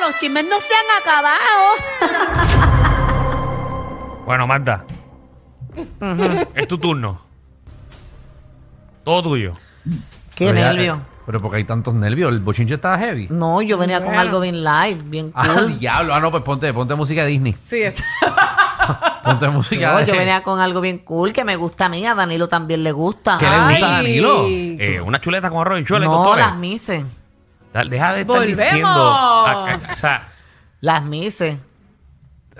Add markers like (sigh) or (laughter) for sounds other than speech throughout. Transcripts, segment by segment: los chismes no se han acabado. Bueno, Magda. es tu turno. Todo tuyo. Qué Pero ya- eh, nervio. Pero porque hay tantos nervios. El bochinche está heavy. Mm. No, yo venía con algo bien live, bien Ah, (laughs) cool. diablo. Ah, no, pues ponte, ponte música de Disney. Sí, es. (laughs) Ponte música No, de yo venía con algo bien cool que me gusta a mí, a Danilo también le gusta. ¿Qué le Ay. gusta a Danilo? Eh, una chuleta con arroz y chula y no, tostones. las mises. Da- Deja de estar ¡Volvemos! diciendo. A, a- o sea, Las mises.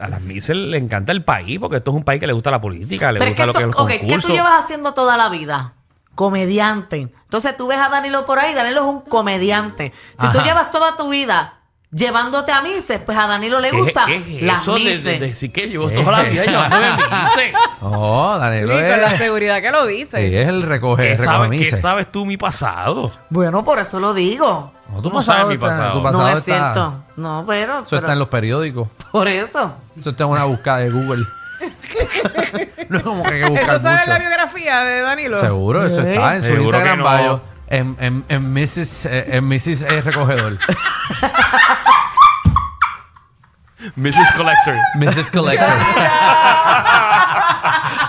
a las Mises le encanta el país porque esto es un país que le gusta la política, le Pero es gusta que, lo que es los tú, ok, ¿qué tú concursos. llevas haciendo toda la vida? Comediante. Entonces tú ves a Danilo por ahí, Danilo es un comediante. Si tú Ajá. llevas toda tu vida llevándote a mises, pues a Danilo le ¿Qué es- gusta qué es las eso de- de, mises. de decir que llevo toda la vida Eh. llamándome (laughs) Mises? Oh, Y Danilo con la es, seguridad que lo dice. es el Pues, recoger, ¿Qué, sabes, qué recomises. sabes tú mi pasado? Bueno, por eso lo digo. No, Tú no sabes mi está- pasado. tu No es está- cierto. No, pero, Eso pero está en los periódicos. por eso. Eso está en una búsqueda de (laughs) Google. no es como que hay que buscar Eso sale en la ¿Eh? mucho. biografía de Danilo. Seguro, eso está en su Seguro que Instagram no. bio. En, en, en Mrs. eh, en Mrs. (laughs) es recogedor. Mrs. Collector. Mrs. Collector. (laughs)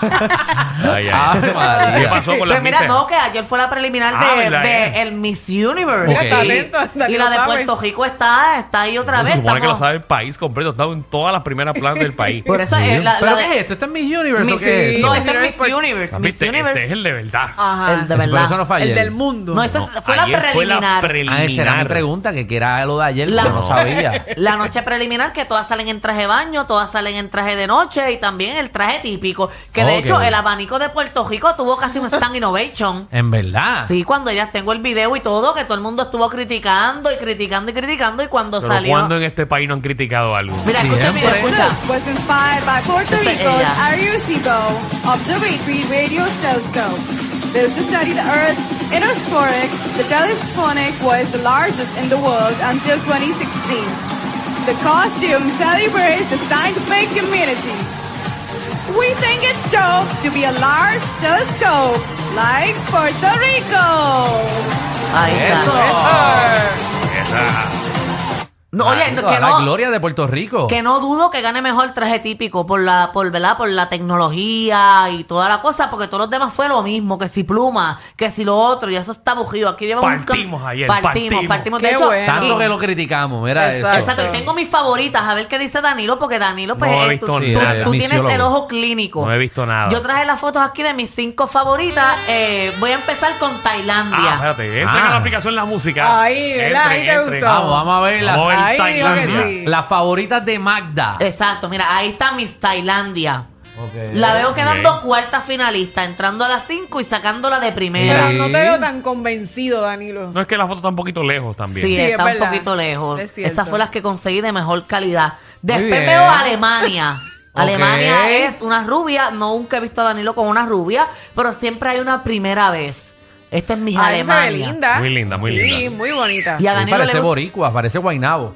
Ay, ay, ay. Ay, ¿Qué María. pasó con las Pues mira, Mises? no, que ayer fue la preliminar Ah, de, ¿verdad, de eh? el Miss Universe. Mira, está Y- atento, y Danilo la de sabe. Puerto Rico está, está ahí otra Se vez. supone que lo estamos- sabe el país completo. Está en todas las primeras planas del país. Por eso Sí. es la, la ¿Pero de- qué es esto? ¿Esto es Miss Universe o Miss- qué es no, esto? esta es Miss Miss Ah, Universe. Papi, Miss este, este es Universe. el de verdad. Ajá. El de Eso- pero eso verdad. no falla. El del mundo. No, esa No, fue la ayer fue la preliminar. preliminar. Ah, esa era mi pregunta, que que era lo de ayer, La- (laughs) que no sabía. La noche preliminar, que todas salen en traje de baño, todas salen en traje de noche y también el traje típico. Que de Ok. hecho, el abanico de Puerto Rico tuvo casi un stand innovation. En verdad. Ah. Sí, cuando ellas tengo el video y todo, que todo el mundo estuvo criticando y criticando y criticando y cuando Pero salió... ¿cuándo en este país no han criticado algo? Mira, escucha el video, Siempre. escucha. was inspired by Puerto Esa es Rico's ella. Arecibo Observatory Radio Telescope. Built to study the Earth's inneraspheric, the telesphonic was the largest in the world until 2016. The costume celebrates the scientific community. We think it's dope to be a large telescope like Puerto Rico. Ahí está. Eso. Esa- No, oye, no, que la no, gloria de Puerto Rico. que no dudo que gane mejor el traje típico por la, por, ¿verdad? por la tecnología y toda la cosa, porque todos los demás fue lo mismo, que si pluma, que si lo otro, y eso está bujido. Aquí llevamos un cam- Partimos ayer, Partimos, partimos. partimos. De Qué hecho, bueno. Tanto y- que lo criticamos, mira Exacto. eso. Exacto, y tengo mis favoritas, a ver qué dice Danilo, porque Danilo, pues, No he eh, visto tú, tú- nada. tú tienes Misiólogo. el ojo clínico. No he visto nada. Yo traje las fotos aquí de mis cinco favoritas. Eh, voy a empezar con Ah, Tailandia. espérate. Entra Ah. en la aplicación la música. Ahí, ¿verdad? Entren, Ahí te entren. gustó. Vamos, vamos a verla. Vamos a ver Ahí digo que Tailandia. sí. Las favoritas de Magda. Exacto, mira, ahí está mis Tailandia. Ok. Eh, La veo quedando Eh, Ok. cuarta finalista, entrando a las cinco y sacándola de primera. Pero Sí. no te veo tan convencido, Danilo. No es que la foto está un poquito lejos también. Sí, Sí, es está un verdad. poquito lejos. Es cierto. Esas fueron las que conseguí de mejor calidad. Después bien. veo a Alemania. (laughs) Ok. Alemania es una rubia. No, nunca he visto a Danilo con una rubia, pero siempre hay una primera vez. Esta es mi Ah, esa se ve Alemania. linda. Muy linda, muy Sí, linda. muy bonita. Y a Sí, Danilo le parece gusta- boricua, parece guainabo.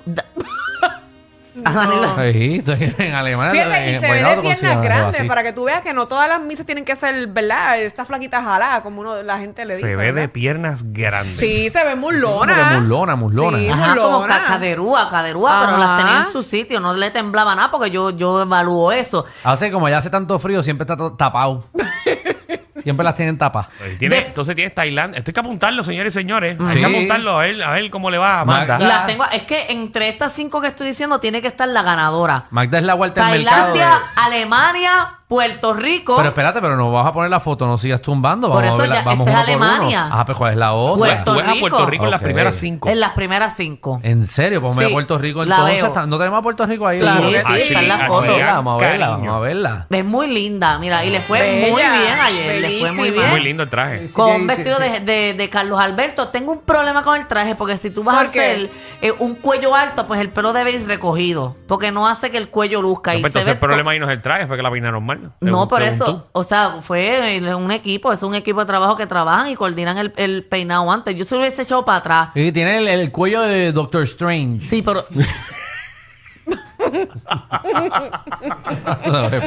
a Danilo- Sí, estoy en Alemania. Fíjate, en y Eh, se ve Guaynabo de te piernas consiguen grandes algo para que tú veas que no todas las misas tienen que ser, ¿verdad? Esta flaquita jalada, como uno, la gente le dice. Se ve de ¿verdad? piernas grandes. Sí, se ve Porque mulona. mulona, mulona. Sí, Ajá, como mulona. ca- caderúa, caderúa, pero Ajá. las tenía en su sitio, no le temblaba nada porque yo, yo evalúo eso. Hace como ya hace tanto frío, siempre está to- (laughs) tapado. siempre las tienen tapadas. Ahí tiene- De- Entonces tienes Tailandia. Esto hay que apuntarlo, señores y señores. Sí. Hay que apuntarlo a ver, a ver cómo le va a Amanda. Y Magda. las tengo, es que entre estas cinco que estoy diciendo tiene que estar la ganadora. Magda es la vuelta del mercado. de- Tailandia, Alemania, Puerto Rico. Pero espérate, pero no vas a poner la foto, no sigas tumbando. Por Vamos a eso verla- ya- vamos esta es uno por uno. Alemania. Ajá, pues ¿cuál es la otra? Puerto Tú ves a Rico. Puerto Rico en las Ok. primeras cinco. en las primeras cinco. ¿En serio? Ponme Sí, a Puerto Rico la entonces. veo. ¿tan- ¿No tenemos a Puerto Rico ahí? Sí, Claro que sí, está en la Vamos a foto. verla, Vamos a verla, Cariño. vamos a verla. Es muy linda, mira, y le fue Bella, muy bien ayer. Le fue muy bellísima. bien. Ah, Muy lindo el traje. pues, Con Sí, un sí, vestido sí. de, de- de Carlos Alberto. Tengo un problema con el traje porque si tú vas a ¿Por qué? hacer eh, un cuello alto, pues el pelo debe ir recogido. Porque no hace que el cuello luzca. y No, pero se Entonces ve el problema ahí no es el traje, fue que la peinaron mal. to- No, según- por según eso. tú. O sea, fue eh, un equipo, es un equipo de trabajo que trabajan y coordinan el, el peinado antes. Yo se lo hubiese echado para atrás. (laughs) (laughs) Y tiene el, el cuello de Doctor Strange. Sí, pero.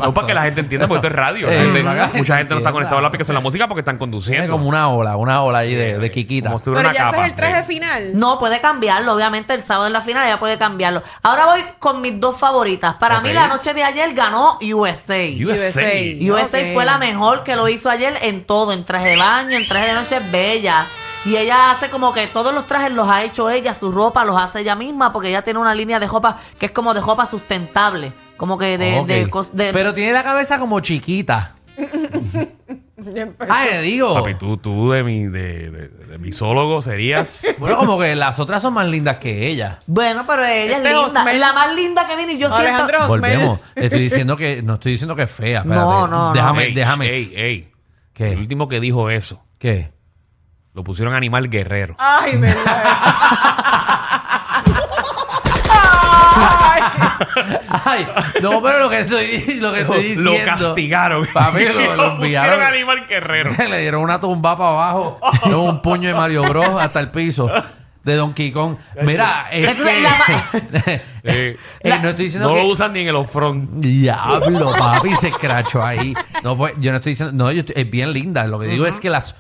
No, para que la gente entienda, porque esto es radio. La Eh, gente- para que la gente mucha gente no está entienda. conectada a la aplicación de la música porque están conduciendo. Eh, Tiene como una ola, una ola ahí de, de Kikita. Como si Pero tuviera ya una ese capa. Eh, es el traje Sí. final. No, puede cambiarlo. Obviamente, el sábado en la final ella puede cambiarlo. Ahora voy con mis dos favoritas. Para mí, Ok. la noche de ayer ganó USA. USA. USA Ok. fue la mejor que lo hizo ayer en todo, en traje de baño, en traje de noche, es bella. Y ella hace como que todos los trajes los ha hecho ella, su ropa los hace ella misma, porque ella tiene una línea de ropa que es como de ropa sustentable, como que de... Ok. de cos- de- Pero tiene la cabeza como chiquita. (laughs) Ya empezó. Ah, le digo. Papi, tú, tú de mi, de, de- de misólogo serías. Bueno, como que las otras son más lindas que ella. bueno, pero ella Este es linda, Osmer- es la más linda que viene y yo siento... Alejandro Osmer. Volvemos. Le estoy diciendo que, no estoy diciendo que es fea. espérate. No, no, no. (laughs) Déjame, Ey, déjame. Ey, ey. El ¿Qué? último que dijo eso ¿Qué? lo pusieron animal guerrero. Ay, verdad. Ay, no, pero lo que estoy, lo que Lo, estoy diciendo. (laughs) lo castigaron. (laughs) Papi, lo- lo pusieron enviaron. animal (laughs) guerrero. Le dieron una tumba para abajo. Oh. Luego un puño de Mario Bros hasta el piso. De Don Kong. Mira, es Entonces, que. la Eh, Eh, no estoy diciendo no que. lo usan ni en el off-front. (laughs) Diablo, papi, se crachó ahí. No, pues, yo no estoy diciendo. No, yo estoy- es bien linda. Lo que digo es que las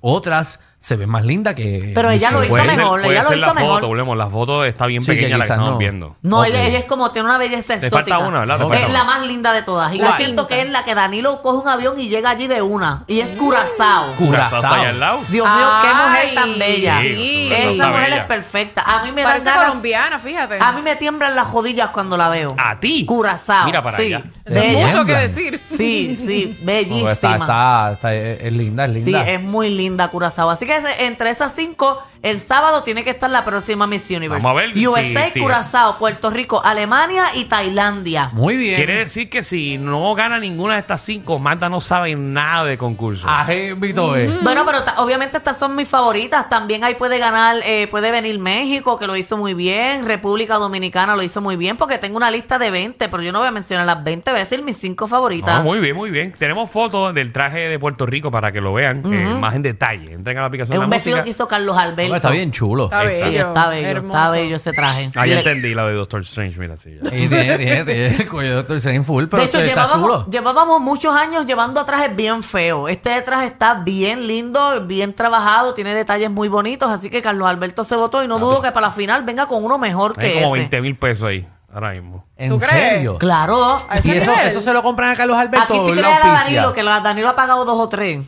otras se ven más lindas que. Pero ella lo Sí, hizo güey. Puede ser- mejor, puede ella lo ser hizo la mejor. Foto, volvemos, la foto está bien Sí, que pequeña la que quizás estamos no. viendo. No, Ok. ella, ella es como, tiene una belleza Te exótica. falta una, ¿verdad? Te Ok. falta Es una. la más linda de todas. Y yo ¿Cuál? siento que es la que Danilo coge un avión y llega allí de una. Y Mm. es Curazao. Curazao está allá al Curazao. lado. Oh, Dios mío, qué mujer Ay, tan bella. sí. Esa Está mujer bella. es perfecta. A mí (laughs) me dan Parece ganas- colombiana, fíjate. A mí me tiemblan las rodillas cuando la veo. ¿A ti? Curazao. Mira para sí. allá. Eso es Bella. mucho que Hembra. decir. Sí, sí, bellísima. No, Está, está, está, es, es linda, es Sí, linda. es muy linda Curazao. Así que ese- entre esas cinco, el sábado tiene que estar la próxima Miss Universe. Vamos a ver, USA, sí, sí. Curazao, Puerto Rico, Alemania y Tailandia. Muy bien. Quiere decir que si no gana ninguna de estas cinco, Magda no sabe nada de concurso. Ah, Ají, Vito, eh. Bueno, pero ta- obviamente estas son mis favoritas. También ahí puede ganar, eh, puede venir México, que lo hizo muy bien. República Dominicana lo hizo muy bien, porque tengo una lista de 20, pero yo no voy a mencionar las 20, voy a decir mis cinco favoritas. No, muy bien, muy bien. Tenemos fotos del traje de Puerto Rico para que lo vean eh, más en detalle. Entren a la aplicación es de un la vestido música. que hizo Carlos Alberto. No, está bien chulo. Está Ahí bello. está. Sí, está bello, está hermoso. bello ese traje. Ah, Y ya le- entendí la de Doctor Strange, mira sí, ya. Y tiene, tiene, tiene el cuello de Doctor Strange full, pero de hecho, está llevábamos, chulo. llevábamos muchos años llevando trajes bien feos. Este traje está bien lindo, bien trabajado, tiene detalles muy bonitos. Así que Carlos Alberto se votó y no dudo que para la final venga con uno mejor que Ah, pues. Hay como ese. 20 mil pesos ahí, ahora mismo. ¿En ¿Tú crees? serio? Claro. A ese Y eso, nivel. eso se lo compran a Carlos Alberto Aquí o sí la crea a auspicia? (laughs) Danilo, que la Danilo ha pagado dos o tres.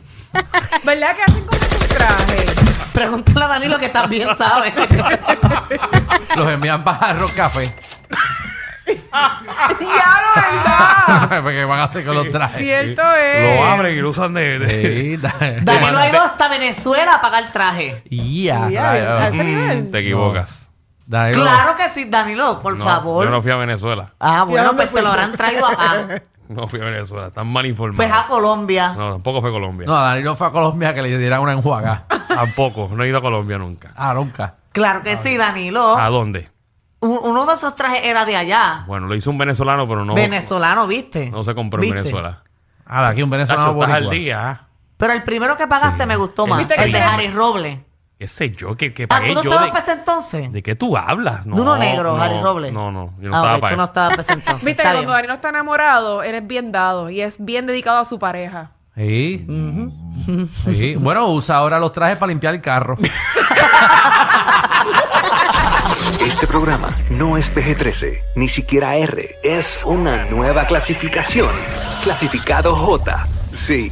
¿Verdad que hacen con (laughs) esos trajes? Pregúntale a Danilo que también (laughs) sabe. Los envían para Rock Café. ¡Ya lo verdad! Ah. (laughs) Porque van a hacer con los trajes. Cierto es. Lo abren y lo usan de... de- (laughs) Sí, da- Danilo ha ido hasta Venezuela a pagar traje. Ya, Ya, rayo. a ese Mm, nivel. te equivocas. Danilo. Claro que sí, Danilo, por No, favor. Yo no fui a Venezuela. Ah, Yo no bueno, me pues te fui. lo habrán traído (laughs) acá. No fui a Venezuela. Están mal informados. Pues a Colombia. No, tampoco fue Colombia. No, Danilo fue a Colombia que le dieran (laughs) una enjuaga. Ah, Tampoco. No he ido a Colombia nunca. A Ronca. Claro Ah. que sí, Danilo. ¿A dónde? Un- Uno de esos trajes era de allá. Bueno, lo hizo un venezolano, pero no, Venezolano, ¿viste? no se compró ¿Viste? en Venezuela. Ah, de aquí un venezolano Tacho, estás al boricua. día. ah. Pero el primero que pagaste me gustó El más. ¿Viste que El de te- Harry Robles. ¿Qué sé yo? ¿Qué, qué Ah, pagué ¿tú no yo? estabas de- para ese entonces? ¿De qué tú hablas? No, de uno negro, no, Harry Robles. No, no, yo no estaba Ah, ok, para tú no eso. estabas para ese (laughs) entonces. Viste que Está cuando bien. Danilo está enamorado, él es bien dado y es bien dedicado a su pareja. Sí. Sí. Bueno, usa ahora los trajes para limpiar (laughs) el carro. Este programa no es PG-13, ni siquiera R. Es una nueva clasificación. Clasificado J. Sí.